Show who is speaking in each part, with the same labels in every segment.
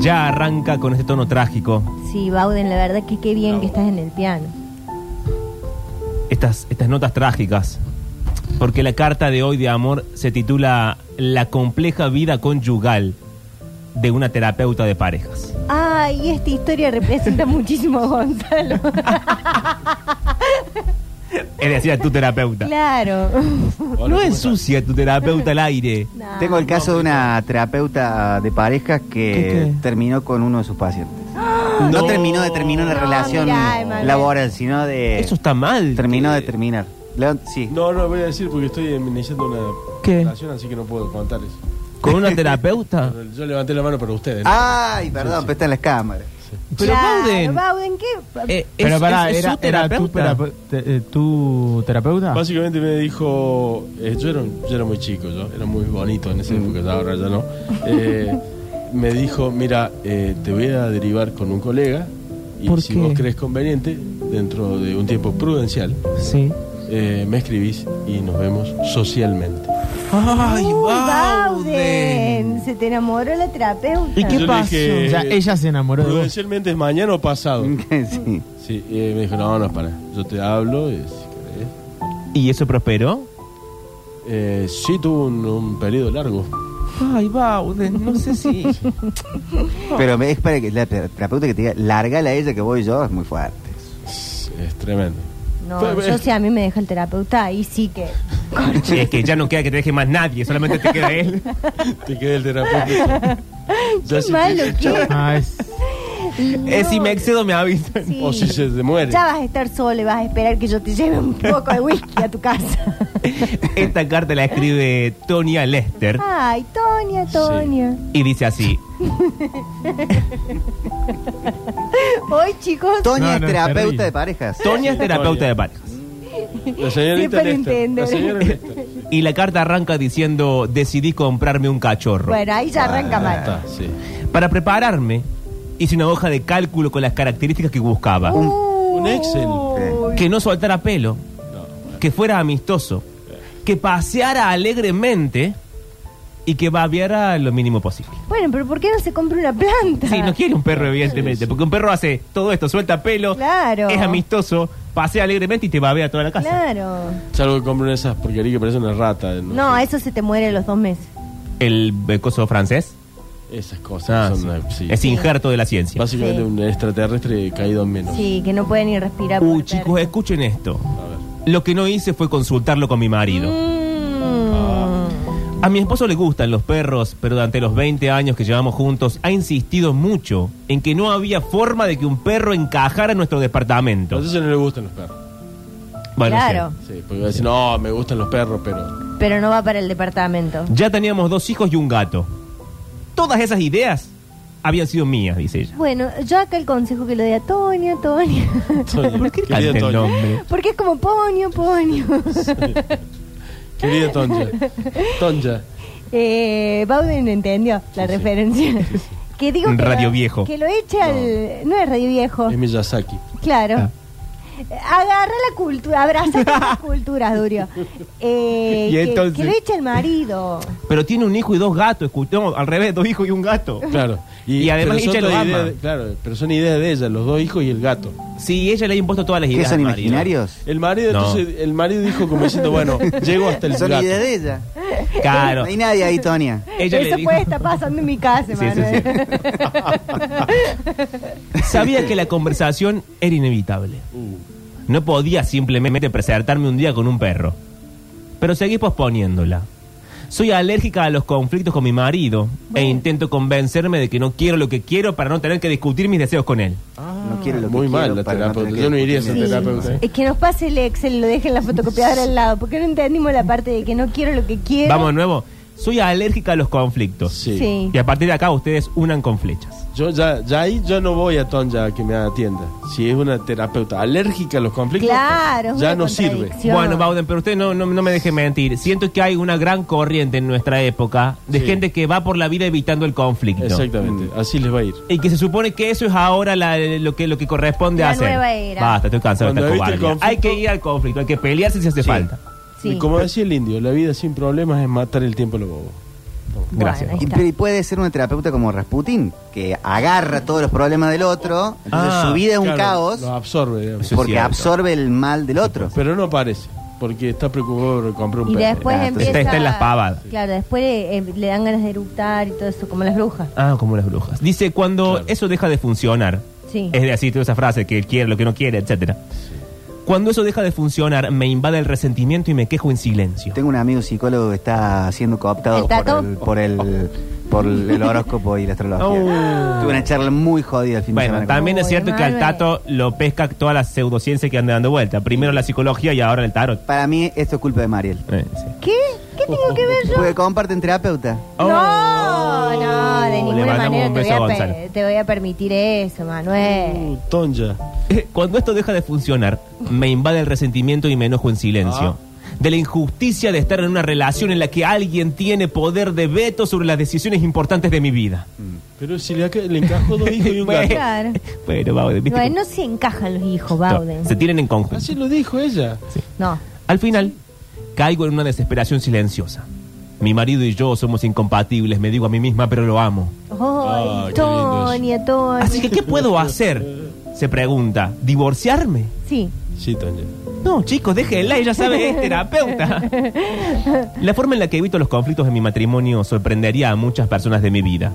Speaker 1: Ya arranca con este tono trágico.
Speaker 2: Sí, Bauden, la verdad que qué bien que estás en el piano.
Speaker 1: Estas, estas notas trágicas. Porque la carta de hoy de amor se titula La compleja vida conyugal de una terapeuta de parejas.
Speaker 2: Ay, esta historia representa muchísimo a Gonzalo.
Speaker 1: Es decir, a tu terapeuta.
Speaker 2: claro.
Speaker 1: No ensucia a tu terapeuta al aire.
Speaker 2: Ah, No.
Speaker 3: Tengo el caso de una terapeuta ah, de parejas que
Speaker 1: ¿Qué, qué?
Speaker 3: terminó con uno de sus pacientes. No,
Speaker 1: No.
Speaker 3: terminó de terminar una
Speaker 2: ¡Ah! No,
Speaker 3: relación
Speaker 2: mirá, Emanuel.
Speaker 3: laboral, sino de...
Speaker 1: Eso está mal.
Speaker 3: Terminó de terminar. León, sí.
Speaker 4: No, no voy a decir porque estoy iniciando una
Speaker 1: ¿Qué?
Speaker 4: relación, así que no puedo contar eso.
Speaker 1: ¿Con una
Speaker 5: Ah.
Speaker 1: terapeuta?
Speaker 4: Pero Yo levanté la mano para ustedes. ¿no?
Speaker 3: Ay, perdón, pero están las cámaras.
Speaker 1: Pero
Speaker 2: Claro,
Speaker 1: Bauden.
Speaker 2: Bauden, ¿qué?
Speaker 1: eh, es-
Speaker 5: Pero pará,
Speaker 1: es- es
Speaker 5: era,
Speaker 1: su
Speaker 5: era tu,
Speaker 1: terapeuta.
Speaker 5: terape- te- eh, tu terapeuta.
Speaker 4: Básicamente me dijo, eh, yo, era, un- yo era muy chico, yo era muy bonito en
Speaker 5: Mm.
Speaker 4: esa época, ya ahora ya no. Eh, me dijo, mira, eh, te voy a derivar con un colega y
Speaker 5: ¿Por
Speaker 4: si
Speaker 5: qué?
Speaker 4: vos crees conveniente, dentro de un tiempo prudencial,
Speaker 5: Sí.
Speaker 4: eh, me escribís y nos vemos socialmente.
Speaker 1: Ay,
Speaker 2: Uy,
Speaker 1: Bauden.
Speaker 2: Bauden. Se te enamoró la terapeuta.
Speaker 5: ¿Y qué
Speaker 4: Yo le
Speaker 5: pasó?
Speaker 4: dije-
Speaker 5: O sea, ella se enamoró de vos. Mm.
Speaker 4: Prudencialmente es mañana o pasado.
Speaker 3: sí.
Speaker 4: Sí, y me dijo, no, no, para, yo te hablo. eh, si querés.
Speaker 1: ¿Y eso prosperó?
Speaker 4: Eh, sí, tuvo un, un periodo largo.
Speaker 1: Ay, Bauden, no sé si.
Speaker 3: Pero me- es para que la ter- terapeuta que te diga, largala a ella que voy yo, es muy fuerte.
Speaker 4: Es, es tremendo.
Speaker 2: No,
Speaker 4: Fue- eh.
Speaker 2: yo si a mí me deja el terapeuta, ahí sí que.
Speaker 1: es que ya no queda que te deje más nadie, solamente te queda él.
Speaker 4: Te quedé el terapeuta. Ya
Speaker 2: Qué
Speaker 4: si te-
Speaker 2: malo que
Speaker 5: Ah, es-
Speaker 1: Eh, si me excedo, me avisan.
Speaker 2: Sí.
Speaker 4: O si se te muere.
Speaker 2: Ya vas a estar solo y vas a esperar que yo te lleve un poco de whisky a tu casa.
Speaker 1: Esta carta la escribe Tonia Lester
Speaker 2: Ay, Tonia, Tonia.
Speaker 1: y dice así:
Speaker 2: Hoy, chicos,
Speaker 3: Toña
Speaker 5: No,
Speaker 3: es
Speaker 5: no,
Speaker 3: terapeuta
Speaker 5: perdí.
Speaker 3: de parejas.
Speaker 1: Tonia es
Speaker 4: Sí,
Speaker 1: terapeuta
Speaker 4: Tonia.
Speaker 1: de parejas.
Speaker 4: La señorita
Speaker 2: Siempre lo
Speaker 4: Lester.
Speaker 2: entiendo.
Speaker 4: La señora Lester.
Speaker 1: Y la carta arranca diciendo: Decidí comprarme un cachorro.
Speaker 2: bueno, ahí ya arranca
Speaker 4: Ah,
Speaker 2: mal.
Speaker 4: está, sí.
Speaker 1: Para prepararme, hice una hoja de cálculo con las características que buscaba:
Speaker 4: Un Excel.
Speaker 2: Uy.
Speaker 1: que no soltara pelo, que fuera amistoso, que paseara alegremente y que babiara lo mínimo posible.
Speaker 2: Bueno, pero ¿por qué no se compra una planta?
Speaker 1: Sí, no quiere un perro, evidentemente, porque un perro hace todo esto: suelta pelo,
Speaker 2: Claro.
Speaker 1: es amistoso, pasea alegremente y te babea toda la casa.
Speaker 2: Claro.
Speaker 4: Salvo que compren esas porquerías que parecen una rata. ¿no?
Speaker 2: No, eso se te muere a los dos meses.
Speaker 1: el, eh, coso francés.
Speaker 4: Esas cosas
Speaker 1: Ah,
Speaker 4: son
Speaker 1: sí.
Speaker 4: una- sí.
Speaker 1: Es injerto de la ciencia.
Speaker 4: Básicamente
Speaker 2: Sí.
Speaker 4: un extraterrestre caído en menos.
Speaker 2: Sí, que no puede ni respirar.
Speaker 1: Uh,
Speaker 2: por
Speaker 1: chicos,
Speaker 2: terco.
Speaker 1: escuchen esto.
Speaker 4: A ver.
Speaker 1: Lo que no hice fue consultarlo con mi marido.
Speaker 2: Mm.
Speaker 1: A mi esposo le gustan los perros, pero durante los 20 años que llevamos juntos ha insistido mucho en que no había forma de que un perro encajara en nuestro departamento.
Speaker 4: Entonces no le gustan los perros.
Speaker 1: Bueno,
Speaker 2: claro,
Speaker 4: Sí, porque va a decir, no, me gustan los perros, pero.
Speaker 2: pero no va para el departamento.
Speaker 1: sí. Ya teníamos dos hijos y un gato. Todas esas ideas habían sido mías, dice ella.
Speaker 2: Bueno, yo acá el consejo que le doy a Tonia, Tonia.
Speaker 4: ¿Por qué
Speaker 1: Canta el nombre.
Speaker 2: Porque es como ponio, ponio.
Speaker 4: Querida Tonja. Tonja.
Speaker 2: Eh, Bauden entendió la referencia. Que digo que
Speaker 1: Radio
Speaker 2: lo,
Speaker 1: Viejo.
Speaker 2: Que lo eche al. No es Radio Viejo,
Speaker 4: Es Miyazaki.
Speaker 1: ah.
Speaker 2: claro. Agarra la cultura, abraza todas las culturas, Durio. Eh,
Speaker 1: Y
Speaker 2: que-
Speaker 1: entonces-
Speaker 2: que, lo eche el marido.
Speaker 1: Pero tiene un hijo y dos gatos. escu- No, al revés, dos hijos y un gato.
Speaker 4: Claro.
Speaker 1: Y además
Speaker 4: pero son
Speaker 1: ella lo
Speaker 4: todas ideas
Speaker 1: ama.
Speaker 4: de- claro, pero son ideas de ella, los dos hijos y el gato.
Speaker 1: Sí, ella le ha impuesto todas las
Speaker 3: ¿Qué
Speaker 1: ideas.
Speaker 3: son
Speaker 1: al marido.
Speaker 3: imaginarios?
Speaker 4: El marido,
Speaker 1: No.
Speaker 4: entonces, el marido dijo como diciendo, bueno, llego
Speaker 1: Este
Speaker 4: hasta el
Speaker 3: Son
Speaker 4: gato.
Speaker 3: ideas de ella.
Speaker 1: Claro.
Speaker 3: No hay nadie ahí, Tonia.
Speaker 1: Ella le
Speaker 2: Eso
Speaker 1: dijo-
Speaker 2: puede estar pasando en mi casa,
Speaker 1: Sí, sí,
Speaker 2: Manuel.
Speaker 1: Sabía que la conversación era inevitable.
Speaker 4: Uh,
Speaker 1: No podía simplemente presentarme un día con un perro. Pero seguí posponiéndola. Soy alérgica a los conflictos con mi marido e intento convencerme de que no quiero lo que quiero para no tener que discutir mis deseos con él.
Speaker 2: Ah.
Speaker 3: No quiero lo que
Speaker 4: Muy mal
Speaker 3: quiero
Speaker 4: la
Speaker 3: para no
Speaker 4: terapeuta.
Speaker 3: tener que
Speaker 4: Yo no iría a esa
Speaker 3: discutir.
Speaker 4: terapeuta.
Speaker 2: Es que nos pase el Excel, lo dejen la fotocopiadora al lado, porque no entendimos la parte de que no quiero lo que quiero.
Speaker 1: Vamos de nuevo. Soy alérgica a los conflictos.
Speaker 4: Sí.
Speaker 2: Sí.
Speaker 1: Y a partir de acá ustedes unan con flechas.
Speaker 4: Yo ya, ya ahí yo no voy a Tonja a que me atienda. Si es una terapeuta alérgica a los conflictos,
Speaker 2: Claro, es
Speaker 4: ya
Speaker 2: una
Speaker 4: no sirve.
Speaker 2: contradicción. Yo-
Speaker 1: Bueno, Bauden, pero usted no, no, no me deje mentir. Siento que hay una gran corriente en nuestra época de
Speaker 4: Sí.
Speaker 1: gente que va por la vida evitando el conflicto.
Speaker 4: Exactamente, así les va a ir.
Speaker 1: Y que se supone que eso es ahora la- lo, que, lo que corresponde
Speaker 2: La
Speaker 1: hacer.
Speaker 2: nueva era.
Speaker 1: Basta, estoy cansado de
Speaker 4: Cuando
Speaker 1: esta
Speaker 4: evite el
Speaker 1: cobardía. Hay
Speaker 4: conflicto-
Speaker 1: que ir al conflicto, hay que pelearse si hace
Speaker 4: Sí.
Speaker 1: falta.
Speaker 2: Sí.
Speaker 4: Y como decía el indio, la vida sin problemas es matar el tiempo a los bobos.
Speaker 2: Bueno,
Speaker 1: Gracias.
Speaker 2: ahí
Speaker 3: Y,
Speaker 2: está.
Speaker 3: pero y puede ser una terapeuta como Rasputin, que agarra todos los problemas del otro, entonces
Speaker 1: Ah,
Speaker 3: su vida es un
Speaker 4: Claro,
Speaker 3: caos
Speaker 4: Lo absorbe, digamos.
Speaker 1: Eso es
Speaker 3: porque
Speaker 1: cierto.
Speaker 3: absorbe el mal del otro.
Speaker 4: Pero no parece, porque está preocupado por comprar un
Speaker 2: Y
Speaker 4: perro.
Speaker 2: después
Speaker 3: Ah, entonces
Speaker 2: empieza...
Speaker 1: está en las pavadas.
Speaker 2: Claro, después eh, le dan ganas de eructar y todo eso, como las brujas.
Speaker 1: Ah, como las brujas. Dice, cuando
Speaker 4: Claro.
Speaker 1: eso deja de funcionar,
Speaker 2: Sí.
Speaker 1: es decir, toda esa frase que él quiere, lo que no quiere, etcétera. Cuando eso deja de funcionar, me invade el resentimiento y me quejo en silencio.
Speaker 3: Tengo un amigo psicólogo que está siendo cooptado
Speaker 2: ¿El
Speaker 3: por
Speaker 2: tato?
Speaker 3: el, por el por el horóscopo y la astrología. Tuve una charla muy jodida el fin
Speaker 1: Oh.
Speaker 3: de
Speaker 1: Bueno,
Speaker 3: semana. con-
Speaker 1: también es
Speaker 2: Uy,
Speaker 1: cierto que al
Speaker 2: Manuel.
Speaker 1: Tato lo pesca toda la pseudociencia que anda dando vuelta. Primero la psicología y ahora el tarot.
Speaker 3: Para mí esto es culpa de Mariel.
Speaker 1: Eh, sí.
Speaker 2: ¿Qué? ¿Qué tengo que ver yo?
Speaker 3: Porque comparten terapeuta.
Speaker 1: Oh.
Speaker 2: No, no, de
Speaker 1: Le
Speaker 2: ninguna
Speaker 1: mandamos
Speaker 2: manera
Speaker 1: un
Speaker 2: te voy,
Speaker 1: beso
Speaker 2: a
Speaker 1: a
Speaker 2: pe-
Speaker 1: Gonzalo.
Speaker 2: te voy a permitir eso, Manuel.
Speaker 4: Uh, Tonja.
Speaker 1: Eh, Cuando esto deja de funcionar, me invade el resentimiento y me enojo en silencio.
Speaker 4: Ah.
Speaker 1: De la injusticia de estar en una relación en la que alguien tiene poder de veto sobre las decisiones importantes de mi vida.
Speaker 4: Pero si le, aca- le encajó dos hijos y un
Speaker 1: Bueno.
Speaker 4: gato.
Speaker 2: Claro.
Speaker 1: Bueno, Bauden, ¿viste?
Speaker 2: No,
Speaker 1: que-
Speaker 2: no se encajan los hijos,
Speaker 1: No,
Speaker 2: Bauden.
Speaker 1: se tienen en conjunto.
Speaker 4: Así lo dijo ella.
Speaker 2: No.
Speaker 1: Al final, caigo en una desesperación silenciosa. Mi marido y yo somos incompatibles, me digo a mí misma, pero lo amo.
Speaker 4: Ah,
Speaker 2: Ay,
Speaker 4: qué
Speaker 2: Tonia, Tonia.
Speaker 1: Así que, ¿qué puedo hacer? Se pregunta, ¿divorciarme?
Speaker 2: Sí.
Speaker 4: Sí, Tonja.
Speaker 1: No, chicos, déjenla, ella sabe, es terapeuta. La forma en la que evito los conflictos en mi matrimonio sorprendería a muchas personas de mi vida,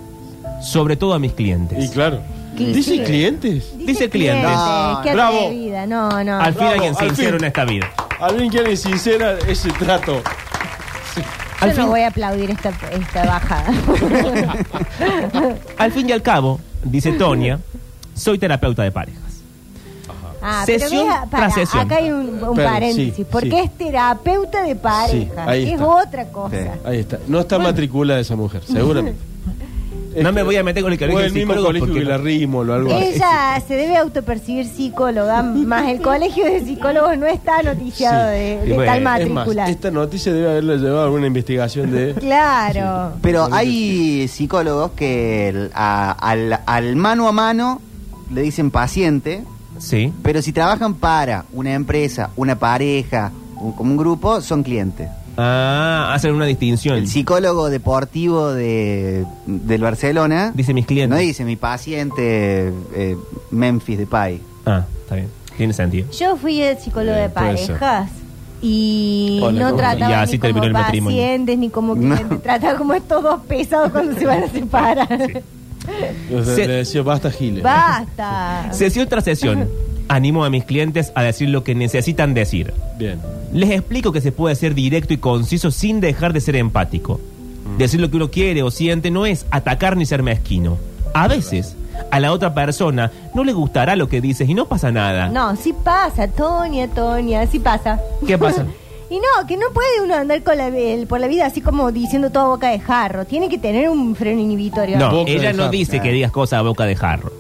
Speaker 1: sobre todo a mis
Speaker 4: Y
Speaker 1: clientes.
Speaker 4: claro.
Speaker 2: ¿Qué
Speaker 4: ¿Dice
Speaker 2: hiciste?
Speaker 4: clientes?
Speaker 1: Dice el cliente. Ah,
Speaker 3: No,
Speaker 2: Qué
Speaker 4: bravo.
Speaker 2: atrevida. No, no.
Speaker 1: Al fin
Speaker 4: Ah, Bravo,
Speaker 1: alguien se
Speaker 4: al fin.
Speaker 1: hicieron en esta vida.
Speaker 4: Alguien quiere sincera ese trato.
Speaker 1: al
Speaker 2: Yo
Speaker 1: fin-
Speaker 2: no voy a aplaudir esta, esta bajada.
Speaker 1: Al fin y al cabo, dice Tonia, soy terapeuta de parejas.
Speaker 2: Ah,
Speaker 1: Sesión
Speaker 2: pero mira,
Speaker 1: tras sesión.
Speaker 2: Acá hay un, un
Speaker 4: Pero,
Speaker 2: paréntesis.
Speaker 4: sí,
Speaker 2: porque
Speaker 4: sí.
Speaker 2: es terapeuta de pareja.
Speaker 4: Sí, ahí
Speaker 2: que es
Speaker 4: está.
Speaker 2: otra cosa.
Speaker 3: Sí.
Speaker 4: Ahí está. No está matriculada esa mujer, seguramente.
Speaker 1: No me voy a meter con el colegio
Speaker 4: O
Speaker 1: de
Speaker 4: el mismo
Speaker 1: psicólogos
Speaker 4: colegio
Speaker 1: porque
Speaker 4: que la
Speaker 1: no-
Speaker 4: Rimol o algo así.
Speaker 2: Ella se debe autopercibir psicóloga, más el colegio de psicólogos no está noticiado
Speaker 4: Sí.
Speaker 2: de, de
Speaker 1: Y bueno,
Speaker 2: tal
Speaker 1: es
Speaker 4: Es más,
Speaker 2: matrícula.
Speaker 4: esta noticia debe haberla llevado a alguna investigación de...
Speaker 2: Claro.
Speaker 3: Pero hay psicólogos que el- a- al, al mano a mano le dicen paciente,
Speaker 1: Sí.
Speaker 3: pero si trabajan para una empresa, una pareja, un- como un grupo, son clientes.
Speaker 1: Ah, hacen una distinción.
Speaker 3: El psicólogo deportivo de, del Barcelona
Speaker 1: Dice mis clientes.
Speaker 3: no dice mi paciente eh, Memphis Depay.
Speaker 1: Ah, está bien. Tiene sentido.
Speaker 2: Yo fui de psicóloga de
Speaker 4: Eh, puede ser.
Speaker 2: parejas y
Speaker 4: Hola,
Speaker 2: no
Speaker 4: ¿cómo
Speaker 2: trataba
Speaker 1: estás? Y así
Speaker 2: ni
Speaker 1: terminó
Speaker 2: como
Speaker 1: el matrimonio.
Speaker 2: pacientes ni como
Speaker 3: No.
Speaker 2: clientes, trataba como estos dos pesados cuando se van a separar.
Speaker 4: O sea,
Speaker 1: Se-
Speaker 4: Le decía, basta Giles.
Speaker 2: Basta.
Speaker 1: Sesión tras sesión, animo a mis clientes a decir lo que necesitan decir.
Speaker 4: Bien.
Speaker 1: Les explico que se puede ser directo y conciso sin dejar de ser empático. Decir lo que uno quiere o siente no es atacar ni ser mezquino. A veces, a la otra persona no le gustará lo que dices y no pasa nada.
Speaker 2: No, sí pasa, Tonia, Tonia, sí pasa.
Speaker 1: ¿Qué pasa?
Speaker 2: Y no, que no puede uno andar con la- el- por la vida así como diciendo toda boca de jarro. Tiene que tener un freno inhibitorio.
Speaker 1: No,
Speaker 4: Boca
Speaker 1: ella
Speaker 4: de
Speaker 1: no
Speaker 4: jarro.
Speaker 1: dice que digas cosas a boca de jarro.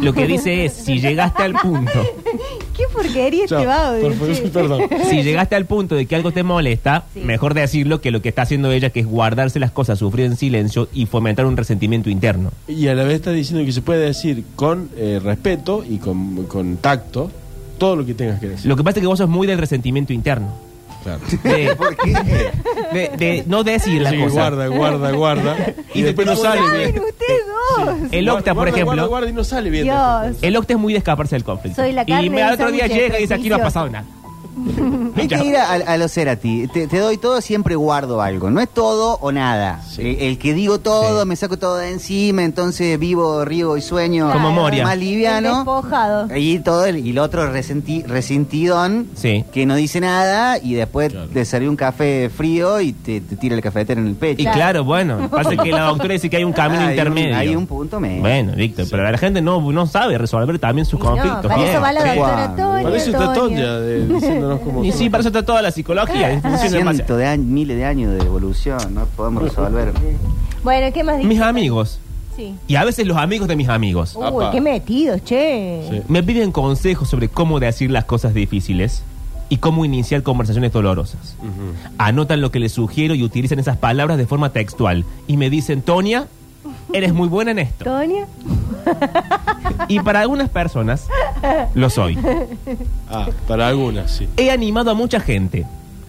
Speaker 1: Lo que dice es, si llegaste al punto,
Speaker 2: Qué porquería
Speaker 4: Chao.
Speaker 2: este Bauden,
Speaker 4: Por favor,
Speaker 2: che.
Speaker 4: perdón.
Speaker 1: si llegaste al punto de que algo te molesta,
Speaker 2: Sí.
Speaker 1: mejor decirlo que lo que está haciendo ella, que es guardarse las cosas, sufrir en silencio y fomentar un resentimiento interno.
Speaker 4: Y a la vez está diciendo que se puede decir con eh, respeto y con, con tacto todo lo que tengas que decir.
Speaker 1: Lo que pasa es que vos sos muy del resentimiento interno.
Speaker 4: Claro.
Speaker 1: De,
Speaker 3: ¿Por qué?
Speaker 1: de- de no decir las
Speaker 4: Así que
Speaker 1: cosas.
Speaker 4: guarda, guarda, guarda.
Speaker 1: Y
Speaker 4: y después no
Speaker 1: después
Speaker 4: sale
Speaker 2: Saben
Speaker 4: bien.
Speaker 2: ustedes dos.
Speaker 1: El Octa, por
Speaker 4: Guarda,
Speaker 1: ejemplo.
Speaker 4: Guarda, guarda y no sale bien.
Speaker 2: Dios.
Speaker 1: El octa es muy de escaparse del conflicto.
Speaker 2: Soy la
Speaker 1: y
Speaker 2: carne
Speaker 1: me
Speaker 2: del
Speaker 1: al otro día
Speaker 2: sándwich de
Speaker 1: llega y dice, aquí no ha
Speaker 2: prejuicioso".
Speaker 1: pasado nada.
Speaker 3: Hay que ir a, a los Cerati. Te, te doy todo, siempre guardo algo. No es todo o nada.
Speaker 4: Sí.
Speaker 3: El, el que digo todo, me saco todo de encima, entonces vivo, río y sueño.
Speaker 1: Como Moria.
Speaker 3: Más
Speaker 2: El
Speaker 3: liviano.
Speaker 2: Despojado.
Speaker 3: Y todo el, y el otro resenti, resentidón
Speaker 1: Sí.
Speaker 3: que no dice nada y después
Speaker 4: Claro.
Speaker 3: te salió un café frío y te, te tira el cafetero en el pecho.
Speaker 1: Y claro, bueno, pasa que la doctora dice que hay un camino
Speaker 3: Hay un-
Speaker 1: intermedio.
Speaker 3: hay un punto medio.
Speaker 1: Bueno, Víctor, pero la gente no, no sabe resolver también sus
Speaker 2: Y no,
Speaker 1: conflictos.
Speaker 2: para
Speaker 1: Bien.
Speaker 2: eso va la
Speaker 3: Bien.
Speaker 2: doctora Toña.
Speaker 4: Para eso está
Speaker 2: Toña.
Speaker 4: Tonya, de- diciéndonos cómo.
Speaker 1: Y sí, para eso está toda la psicología. en función de pase-
Speaker 3: Cientos de años, miles de años de evolución, no podemos resolver.
Speaker 2: Bueno, ¿qué más dice?
Speaker 1: Mis amigos,
Speaker 2: Sí.
Speaker 1: y a veces los amigos de mis amigos,
Speaker 2: Uy,
Speaker 4: Apa.
Speaker 2: qué metidos, che.
Speaker 4: Sí.
Speaker 1: me piden consejos sobre cómo decir las cosas difíciles y cómo iniciar conversaciones dolorosas.
Speaker 4: Ujú.
Speaker 1: Anotan lo que les sugiero y utilizan esas palabras de forma textual. Y me dicen, Tonia, eres muy buena en esto.
Speaker 2: Toña.
Speaker 1: Y para algunas personas, lo soy.
Speaker 4: Ah, para algunas, sí.
Speaker 1: He animado a mucha gente.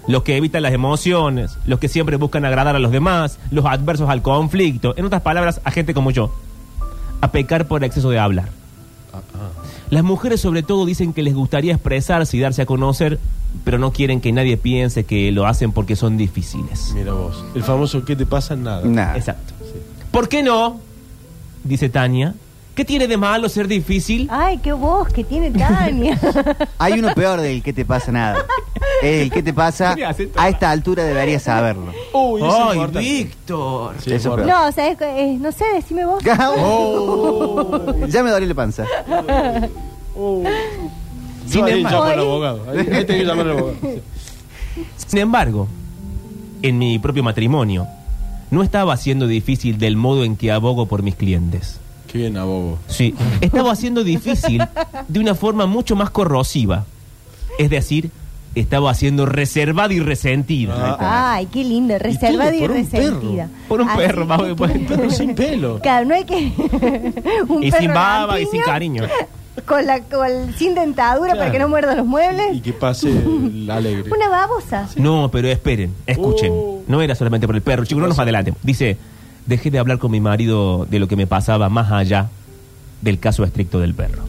Speaker 1: Los que evitan las emociones, los que siempre buscan agradar a los demás, los adversos al conflicto, en otras palabras, a gente como yo, a pecar por exceso de hablar.
Speaker 4: Ah, ah.
Speaker 1: Las mujeres sobre todo dicen que les gustaría expresarse y darse a conocer, pero no quieren que nadie piense que lo hacen porque son difíciles.
Speaker 4: Mira vos. El famoso ¿qué te pasa? Nada.
Speaker 3: Nada.
Speaker 1: Exacto.
Speaker 4: Ah, Sí.
Speaker 1: ¿Por qué no? Dice Tania. ¿Qué tiene de malo ser difícil?
Speaker 4: Ah,
Speaker 2: Ay, qué voz que tiene Tania.
Speaker 3: Hay uno peor del que te pasa nada. El que te pasa
Speaker 1: Tiene acento.
Speaker 3: a esta altura deberías saberlo.
Speaker 4: Uy, eso es
Speaker 1: ¡Ay,
Speaker 4: importante.
Speaker 1: Víctor!
Speaker 4: Sí,
Speaker 3: Eso
Speaker 4: importante.
Speaker 2: no, ¿sabes? qué? Eh, no sé, decime vos.
Speaker 4: Oh.
Speaker 3: ya me dolió la panza.
Speaker 4: oh. Yo ahí
Speaker 1: embargo-
Speaker 4: llamo al
Speaker 2: Ahí-
Speaker 4: abogado. Ahí, ahí tengo que llamar al abogado. Sí.
Speaker 1: Sin embargo, en mi propio matrimonio, no estaba haciendo difícil del modo en que abogo por mis clientes.
Speaker 4: Qué bien abogo.
Speaker 1: Sí, estaba haciendo difícil de una forma mucho más corrosiva. Es decir, estaba haciendo reservada y
Speaker 4: Ah,
Speaker 1: resentida.
Speaker 2: Ay, qué lindo. Reservada y,
Speaker 4: por un perro.
Speaker 2: resentida.
Speaker 1: Por un
Speaker 2: Así
Speaker 1: perro,
Speaker 2: que-
Speaker 1: vamos a poner un
Speaker 4: Pero ah, sin pelo.
Speaker 2: Claro, no hay que. un
Speaker 1: Y
Speaker 2: perro
Speaker 1: sin baba y sin
Speaker 2: lampiño,
Speaker 1: cariño.
Speaker 2: Con la, con- sin dentadura para
Speaker 4: Claro.
Speaker 2: que no muerda los
Speaker 4: Y
Speaker 2: muebles.
Speaker 4: que pase el alegre.
Speaker 2: Una babosa.
Speaker 1: No, pero esperen, escuchen.
Speaker 2: Uh.
Speaker 4: Oh.
Speaker 1: No era solamente por el perro, chicos, no nos adelantemos. Dice, dejé de hablar con mi marido de lo que me pasaba más allá del caso estricto del perro.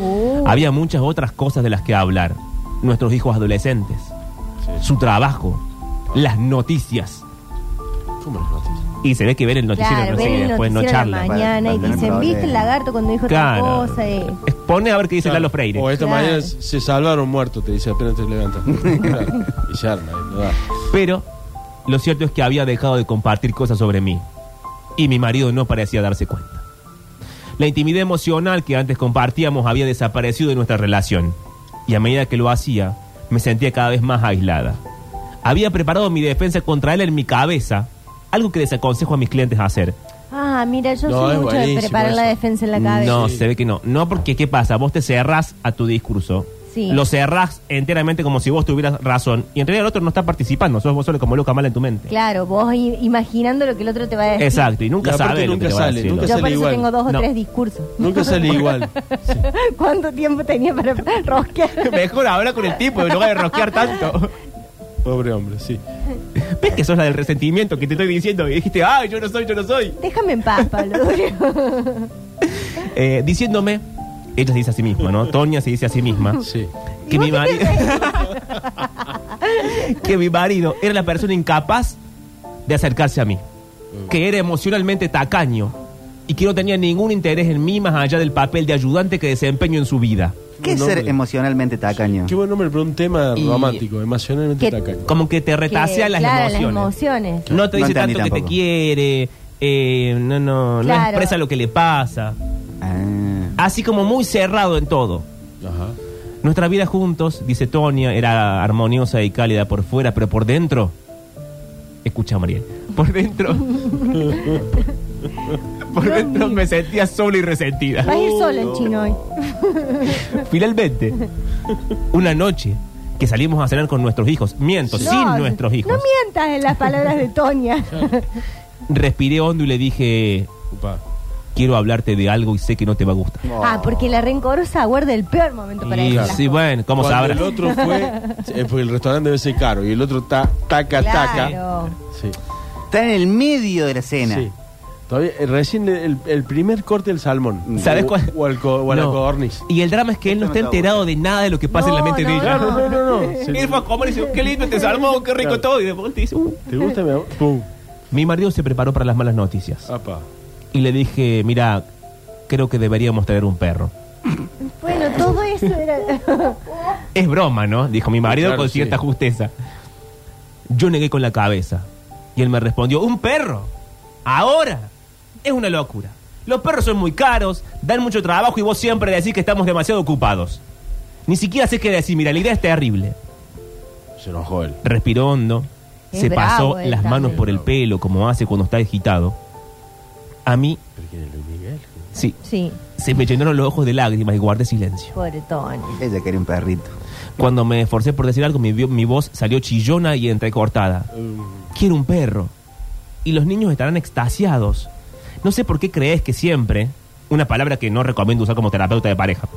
Speaker 2: Oh.
Speaker 1: Había muchas otras cosas de las que hablar. Nuestros hijos adolescentes,
Speaker 4: Sí.
Speaker 1: su trabajo, las noticias.
Speaker 4: ¿Cómo las noticias?
Speaker 1: Y se ve que ven el noticiero
Speaker 2: Claro,
Speaker 1: no sé,
Speaker 2: ven el
Speaker 1: después no
Speaker 2: noticiero a la
Speaker 1: charlan.
Speaker 2: mañana y
Speaker 3: Para- para tener
Speaker 2: dicen, ¿viste el
Speaker 3: problemas.
Speaker 2: lagarto cuando dijo
Speaker 1: Claro.
Speaker 2: otra cosa? Eh,
Speaker 1: Expone a ver qué dice Lalo Freire.
Speaker 4: O esta
Speaker 2: Claro.
Speaker 4: mañana se salvaron muertos, te dice, apenas te levantas. Claro. y se arma, eh, no da.
Speaker 1: Pero lo cierto es que había dejado de compartir cosas sobre mí. Y mi marido no parecía darse cuenta. La intimidad emocional que antes compartíamos había desaparecido de nuestra relación. Y a medida que lo hacía, me sentía cada vez más aislada. Había preparado mi defensa contra él en mi cabeza, algo que desaconsejo a mis clientes hacer.
Speaker 2: Ah, mira, yo
Speaker 4: No,
Speaker 2: soy
Speaker 4: es
Speaker 2: mucho de
Speaker 4: buenísimo
Speaker 2: preparar la
Speaker 4: eso.
Speaker 2: defensa en la cabeza.
Speaker 1: No, se ve que no. No, porque ¿qué pasa? Vos te cerrás a tu discurso.
Speaker 2: Sí.
Speaker 1: Lo cerrás enteramente como si vos tuvieras razón. Y en realidad el otro no está participando. Sos vos solo como loca mala en tu mente.
Speaker 2: Claro, vos i- imaginando lo que el otro te va a decir.
Speaker 1: Exacto, y nunca
Speaker 4: Y aparte
Speaker 1: sabe lo que
Speaker 4: nunca
Speaker 1: te va a
Speaker 4: sale,
Speaker 1: decir,
Speaker 4: nunca
Speaker 1: ¿no?
Speaker 2: Yo
Speaker 4: sale
Speaker 2: por eso
Speaker 4: igual.
Speaker 2: tengo dos o
Speaker 1: No.
Speaker 2: tres discursos.
Speaker 4: Nunca sale igual.
Speaker 2: ¿Cuánto tiempo tenía para rosquear?
Speaker 1: Mejor habla con el tipo en lugar de rosquear tanto.
Speaker 4: Pobre hombre, sí.
Speaker 1: ¿Ves que sos la del resentimiento que te estoy diciendo? Y dijiste, ay, yo no soy, yo no soy.
Speaker 2: Déjame en paz, Pablo.
Speaker 1: Eh, diciéndome, ella se dice a sí misma, ¿no? Toña se dice a sí misma.
Speaker 4: Sí.
Speaker 1: Que mi, marido, que mi marido era la persona incapaz de acercarse a mí. Que era emocionalmente tacaño. Y que no tenía ningún interés en mí más allá del papel de ayudante que desempeño en su vida.
Speaker 3: ¿Qué es
Speaker 4: buen
Speaker 3: ser
Speaker 4: nombre.
Speaker 3: emocionalmente tacaño?
Speaker 4: Qué buen nombre para un tema
Speaker 1: Y-
Speaker 4: romántico, emocionalmente
Speaker 2: Que-
Speaker 4: tacaño.
Speaker 1: Como que te retasea
Speaker 2: Que,
Speaker 1: las
Speaker 2: claro,
Speaker 1: emociones.
Speaker 2: las emociones.
Speaker 1: No te
Speaker 3: No
Speaker 1: dice
Speaker 3: entendí
Speaker 1: tanto que te
Speaker 3: tampoco.
Speaker 1: quiere, eh, no, no, no
Speaker 2: Claro.
Speaker 1: expresa lo que le pasa.
Speaker 3: Ah.
Speaker 1: Así como muy cerrado en todo.
Speaker 4: Ajá.
Speaker 1: Nuestra vida juntos, dice Tonia, era armoniosa y cálida por fuera, pero por dentro. Escucha, Mariel. Por dentro. por dentro me sentía sola y resentida.
Speaker 2: Vas a ir solo en chino hoy.
Speaker 1: Oh, Finalmente, una noche que salimos a cenar con nuestros hijos, miento, sin
Speaker 2: No,
Speaker 1: nuestros hijos,
Speaker 2: No mientas en las palabras de Toña.
Speaker 1: respiré hondo y le dije:
Speaker 4: Upa.
Speaker 1: Quiero hablarte de algo y sé que no te va a gustar.
Speaker 2: Ah, porque la rencorosa aguarda el peor momento para
Speaker 1: Y-
Speaker 2: ella.
Speaker 1: sí, bueno, ¿cómo
Speaker 4: Cuando
Speaker 1: sabrás?
Speaker 4: El otro fue. eh, porque el restaurante debe ser caro y el otro está taca, taca.
Speaker 2: Claro.
Speaker 4: Sí.
Speaker 3: Está en el medio de la cena.
Speaker 4: sí. Todavía, eh, recién el, el primer corte del salmón.
Speaker 1: ¿Sabes
Speaker 4: O-
Speaker 1: cuál?
Speaker 4: O, al co- o a la
Speaker 1: No.
Speaker 4: codorniz.
Speaker 1: Y el drama es que él no
Speaker 3: Esto
Speaker 1: está
Speaker 3: no está
Speaker 1: enterado de nada de lo que pasa en la
Speaker 2: No,
Speaker 1: mente de
Speaker 2: no,
Speaker 1: ella.
Speaker 4: Claro, no, no, no.
Speaker 1: Él fue a comer y dice, qué lindo este salmón, qué rico
Speaker 4: Claro.
Speaker 1: todo. Y de vuelta dice, "Uh".
Speaker 4: ¿Te gusta, mi amor? Pum.
Speaker 1: Mi marido se preparó para las malas noticias.
Speaker 4: Apa.
Speaker 1: Y le dije, mira, creo que deberíamos tener un perro.
Speaker 2: Bueno, todo eso era.
Speaker 1: Es broma, ¿no? Dijo mi marido
Speaker 4: Claro,
Speaker 1: con
Speaker 4: sí.
Speaker 1: cierta justeza. Yo negué con la cabeza. Y él me respondió, un perro. Ahora. Es una locura. Los perros son muy caros, dan mucho trabajo y vos siempre decís que estamos demasiado ocupados. Ni siquiera sé qué decir, mira, la idea es terrible.
Speaker 4: Se enojó él.
Speaker 1: Respiró hondo,
Speaker 2: Es
Speaker 1: se
Speaker 2: bravo
Speaker 1: pasó
Speaker 2: él
Speaker 1: las manos
Speaker 2: también.
Speaker 1: por el pelo como hace cuando está agitado. A mí,
Speaker 4: ¿Pero quién es Luis Miguel?
Speaker 1: sí,
Speaker 2: Sí,
Speaker 1: se me llenaron los ojos de lágrimas y guardé silencio.
Speaker 2: pobre Tony.
Speaker 3: Ella quería un perrito.
Speaker 1: Cuando me esforcé por decir algo, mi, vi- mi voz salió chillona y entrecortada.
Speaker 4: Mm.
Speaker 1: Quiero un perro. Y los niños estarán extasiados. No sé por qué crees que siempre, una palabra que no recomiendo usar como terapeuta de pareja,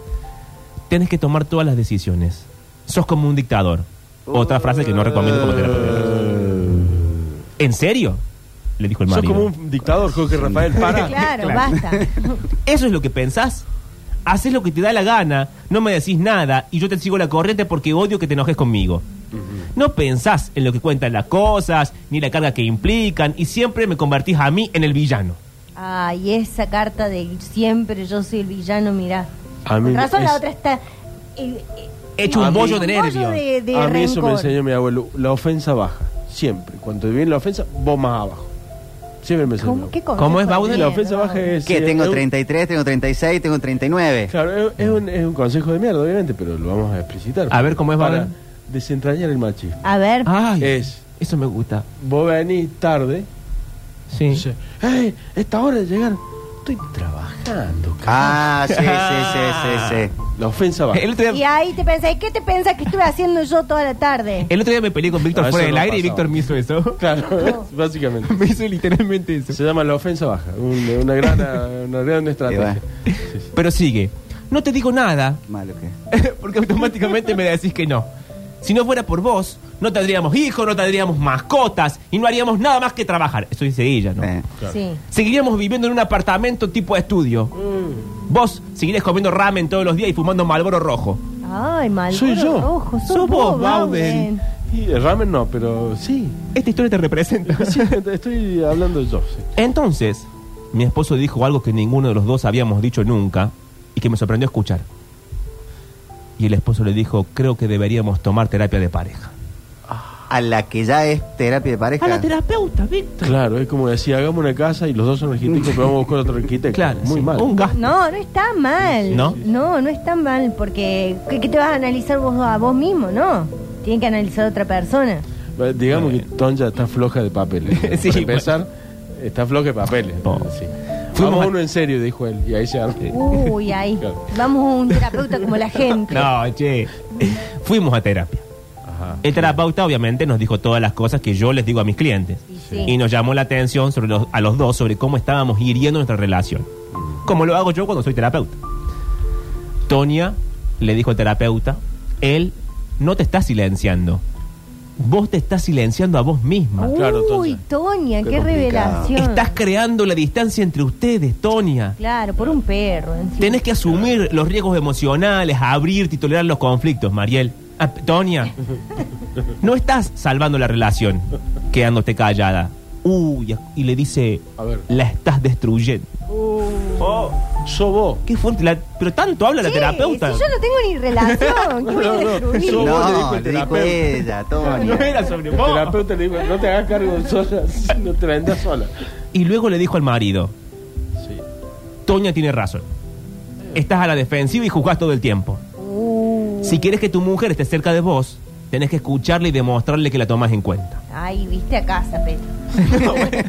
Speaker 1: tenés que tomar todas las decisiones. Sos como un dictador. Otra frase que no recomiendo como terapeuta. ¿En serio? Le dijo el
Speaker 4: Mm. Sos
Speaker 1: marido.
Speaker 4: como un dictador, Jorge Rafael. Para.
Speaker 2: Claro, basta.
Speaker 1: ¿Eso es lo que pensás? Haces lo que te da la gana, no me decís nada y yo te sigo la corriente porque odio que te enojes conmigo. No pensás en lo que cuentan las cosas, ni la carga que implican y siempre me convertís a mí en el villano.
Speaker 2: Ay, esa carta de siempre yo soy el villano, mirá.
Speaker 4: A mí
Speaker 2: Con razón,
Speaker 4: es-
Speaker 2: la otra está. eh, eh,
Speaker 1: Hecho un
Speaker 2: un
Speaker 1: bollo de nervios.
Speaker 2: de- de
Speaker 4: a mí eso me
Speaker 2: rencor.
Speaker 4: enseñó mi abuelo. La ofensa baja. Siempre. Cuanto viene la ofensa, vos más abajo. Siempre me enseñó.
Speaker 2: ¿Cómo, qué
Speaker 1: ¿Cómo es, Bauden?
Speaker 4: La ofensa baja es.
Speaker 3: ¿Qué?
Speaker 4: sí,
Speaker 3: Tengo
Speaker 4: es un-
Speaker 3: 33, tengo 36, tengo 39.
Speaker 4: Claro, es, es un, es un consejo de mierda, obviamente, pero lo vamos a explicitar.
Speaker 1: A ver, ¿cómo es,
Speaker 4: Para
Speaker 1: Baden?
Speaker 4: desentrañar el machismo.
Speaker 2: A ver,
Speaker 1: Ay,
Speaker 4: Es.
Speaker 1: eso me gusta.
Speaker 4: Vos venís tarde.
Speaker 1: Sí.
Speaker 4: Dice, ¡Ey! Esta hora de llegar. Estoy trabajando, ca-".
Speaker 3: Ah, sí, sí, sí, sí, sí.
Speaker 4: La ofensa baja.
Speaker 1: El otro día-
Speaker 2: y ahí te pensás, ¿y ¿qué te pensás que estuve haciendo yo toda la tarde?
Speaker 1: El otro día me peleé con Víctor
Speaker 4: No, Ah, eso
Speaker 1: fuera del
Speaker 4: no
Speaker 1: aire y
Speaker 4: pasa,
Speaker 1: Víctor me hizo eso.
Speaker 4: Claro, básicamente.
Speaker 1: me hizo literalmente eso.
Speaker 4: Se llama la ofensa baja. un- una, gran, una gran estrategia.
Speaker 1: Pero sigue. No te digo nada
Speaker 3: Qué Malo que.
Speaker 1: porque automáticamente me decís que no. Si no fuera por vos, no tendríamos hijos, no tendríamos mascotas y no haríamos nada más que trabajar. Eso dice ella, ¿no?
Speaker 3: Eh.
Speaker 2: Sí.
Speaker 1: Seguiríamos viviendo en un apartamento tipo estudio. Vos seguirías comiendo ramen todos los días y fumando malboro rojo.
Speaker 2: Ay, mal.
Speaker 4: Soy yo.
Speaker 2: Rojo, sos
Speaker 1: Sos vos,
Speaker 2: vos,
Speaker 1: Bauden.
Speaker 2: Bauden.
Speaker 4: Y el ramen no, pero sí.
Speaker 1: Esta historia te representa.
Speaker 4: Sí, estoy hablando yo. sí.
Speaker 1: Entonces, mi esposo dijo algo que ninguno de los dos habíamos dicho nunca y que me sorprendió escuchar. Y el esposo le dijo, creo que deberíamos tomar terapia de pareja.
Speaker 3: A la que ya es terapia de pareja.
Speaker 1: terapeuta, Víctor.
Speaker 4: Claro, es como decir, hagamos una casa y los dos son arquitectos, pero vamos a buscar otro arquitecto.
Speaker 1: Claro,
Speaker 4: Muy
Speaker 1: sí.
Speaker 4: mal.
Speaker 1: Un gasto.
Speaker 2: No, no está mal.
Speaker 1: ¿No?
Speaker 2: No, no está mal, porque ¿qué, qué te vas a analizar vos a vos mismo? No. Tienen que analizar a otra persona.
Speaker 4: Eh, Digamos que Tonja está floja de papeles.
Speaker 1: Sí,
Speaker 4: Para empezar, está floja de papeles.
Speaker 1: Oh.
Speaker 4: Sí.
Speaker 1: Fuimos
Speaker 4: Vamos
Speaker 1: a-
Speaker 4: uno en serio, dijo él. Y ahí se armó.
Speaker 2: Uy, ahí.
Speaker 4: Claro.
Speaker 2: Vamos a un terapeuta como la gente.
Speaker 1: No, che. Fuimos a terapia.
Speaker 4: Ajá.
Speaker 1: El terapeuta obviamente nos dijo todas las cosas que yo les digo a mis clientes.
Speaker 2: Y sí.
Speaker 1: Y nos llamó la atención sobre los- a los dos sobre cómo estábamos hiriendo nuestra relación. Como lo hago yo cuando soy terapeuta. Tonia le dijo al terapeuta, él no te está silenciando. Vos te estás silenciando a vos misma.
Speaker 2: Uy,
Speaker 4: claro, Toña.
Speaker 2: Toña,
Speaker 3: Qué
Speaker 2: qué,
Speaker 3: complicado.
Speaker 2: revelación.
Speaker 1: Estás creando la distancia entre ustedes, Tonia.
Speaker 2: Claro, por un perro. en sí.
Speaker 1: Tenés que asumir los riesgos emocionales, abrirte y tolerar los conflictos, Mariel. Ah, Tonia, no estás salvando la relación quedándote callada. Uy, y le dice,
Speaker 4: A ver.
Speaker 1: la estás destruyendo. Oh.
Speaker 4: Sos vos.
Speaker 1: Qué fuerte, la- pero tanto habla la
Speaker 2: Che,
Speaker 1: terapeuta.
Speaker 2: Si yo no tengo ni relación, ¿qué voy a
Speaker 4: No, no,
Speaker 2: destruir?
Speaker 4: sos vos, le dijo
Speaker 3: No,
Speaker 4: el
Speaker 3: le dijo
Speaker 4: terapeuta.
Speaker 3: ella, Toño.
Speaker 1: No era sobre
Speaker 4: El
Speaker 1: vos.
Speaker 4: terapeuta le dijo, no te hagas cargo sola, no te vendas sola.
Speaker 1: Y luego le dijo al marido,
Speaker 4: Sí.
Speaker 1: Toña tiene razón. Estás a la defensiva y juzgás todo el tiempo.
Speaker 2: Uh.
Speaker 1: Si quieres que tu mujer esté cerca de vos, tenés que escucharle y demostrarle que la tomás en cuenta.
Speaker 2: Ay, viste a casa, Petro.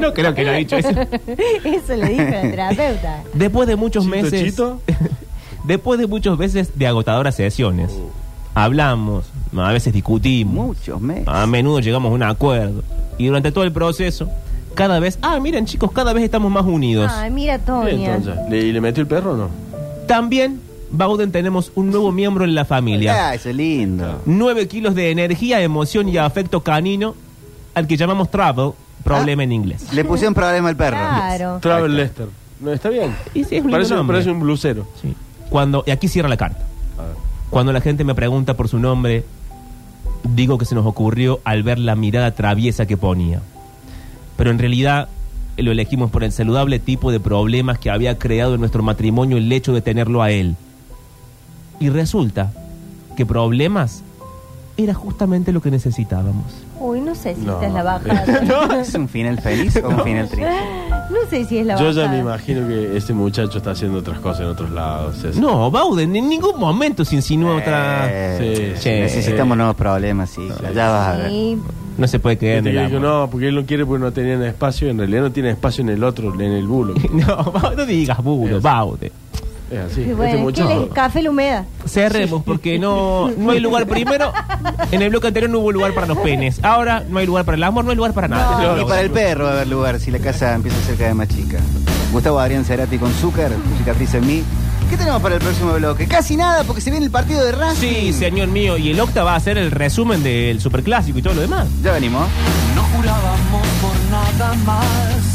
Speaker 1: No creo que lo ha dicho eso.
Speaker 2: Eso le dijo la terapeuta.
Speaker 1: Después de muchos
Speaker 4: Chito,
Speaker 1: meses.
Speaker 4: chito.
Speaker 1: Después de muchos meses de agotadoras sesiones. Hablamos, a veces discutimos.
Speaker 3: Muchos meses.
Speaker 1: A menudo llegamos a un acuerdo. Y durante todo el proceso, cada vez. Ah, miren, chicos, cada vez estamos más unidos.
Speaker 2: Ay, mira, Toña.
Speaker 4: Entonces, ¿le, y le metió el perro o no?
Speaker 1: También, Bauden, tenemos un nuevo miembro en la familia.
Speaker 3: Ah, eso es lindo.
Speaker 1: 9 kilos de energía, emoción y afecto canino, al que llamamos Travel, problema en inglés.
Speaker 3: Le pusieron problema al perro.
Speaker 2: Claro.
Speaker 4: Travel Lester. No, está bien.
Speaker 1: Y sí, es un lindo
Speaker 4: Parece,
Speaker 1: nombre.
Speaker 4: parece un blusero.
Speaker 1: Sí. Cuando, y aquí cierra la carta.
Speaker 4: A ver.
Speaker 1: Cuando la gente me pregunta por su nombre, digo que se nos ocurrió al ver la mirada traviesa que ponía. Pero en realidad lo elegimos por el saludable tipo de problemas que había creado en nuestro matrimonio el hecho de tenerlo a él. Y resulta que problemas era justamente lo que necesitábamos.
Speaker 2: Uy, no sé si
Speaker 4: No.
Speaker 2: esta es la baja.
Speaker 3: ¿Es un final feliz o un final triste?
Speaker 2: No sé si es la
Speaker 4: Yo
Speaker 2: bajada.
Speaker 4: ya me imagino que este muchacho está haciendo otras cosas en otros lados. es-
Speaker 1: No, Bauden, en ningún momento se insinuó otra...
Speaker 3: Eh,
Speaker 4: Sí,
Speaker 3: sí, necesitamos nuevos problemas, sí. claro, ya vas a ver.
Speaker 2: Sí.
Speaker 1: No se puede creer
Speaker 4: Gente
Speaker 1: en
Speaker 4: que
Speaker 1: el
Speaker 4: dijo,
Speaker 1: amor.
Speaker 4: no, porque él no quiere porque no tenía espacio. En realidad no tiene espacio en el otro, en el bulo.
Speaker 1: No, Bauden, no digas burro,
Speaker 4: Es-
Speaker 1: Bauden.
Speaker 4: Es así.
Speaker 2: Y
Speaker 4: este
Speaker 2: bueno, es que
Speaker 4: muchacho.
Speaker 2: el café la humedad.
Speaker 1: Cerremos porque no, no hay lugar. Primero, en el bloque anterior no hubo lugar para los penes. Ahora no hay lugar para el amor, Ah, no hay lugar para nada.
Speaker 3: Y para el perro va a haber lugar si la casa empieza a ser cada vez más chica. Gustavo Adrián Cerati con Zucker, cicatriz en mí. ¿Qué tenemos para el próximo bloque? Casi nada porque se viene el partido de Racing.
Speaker 1: Sí, señor mío. Y el Octa va a hacer el resumen del superclásico y todo lo demás.
Speaker 3: Ya venimos.
Speaker 6: No jurábamos por nada más.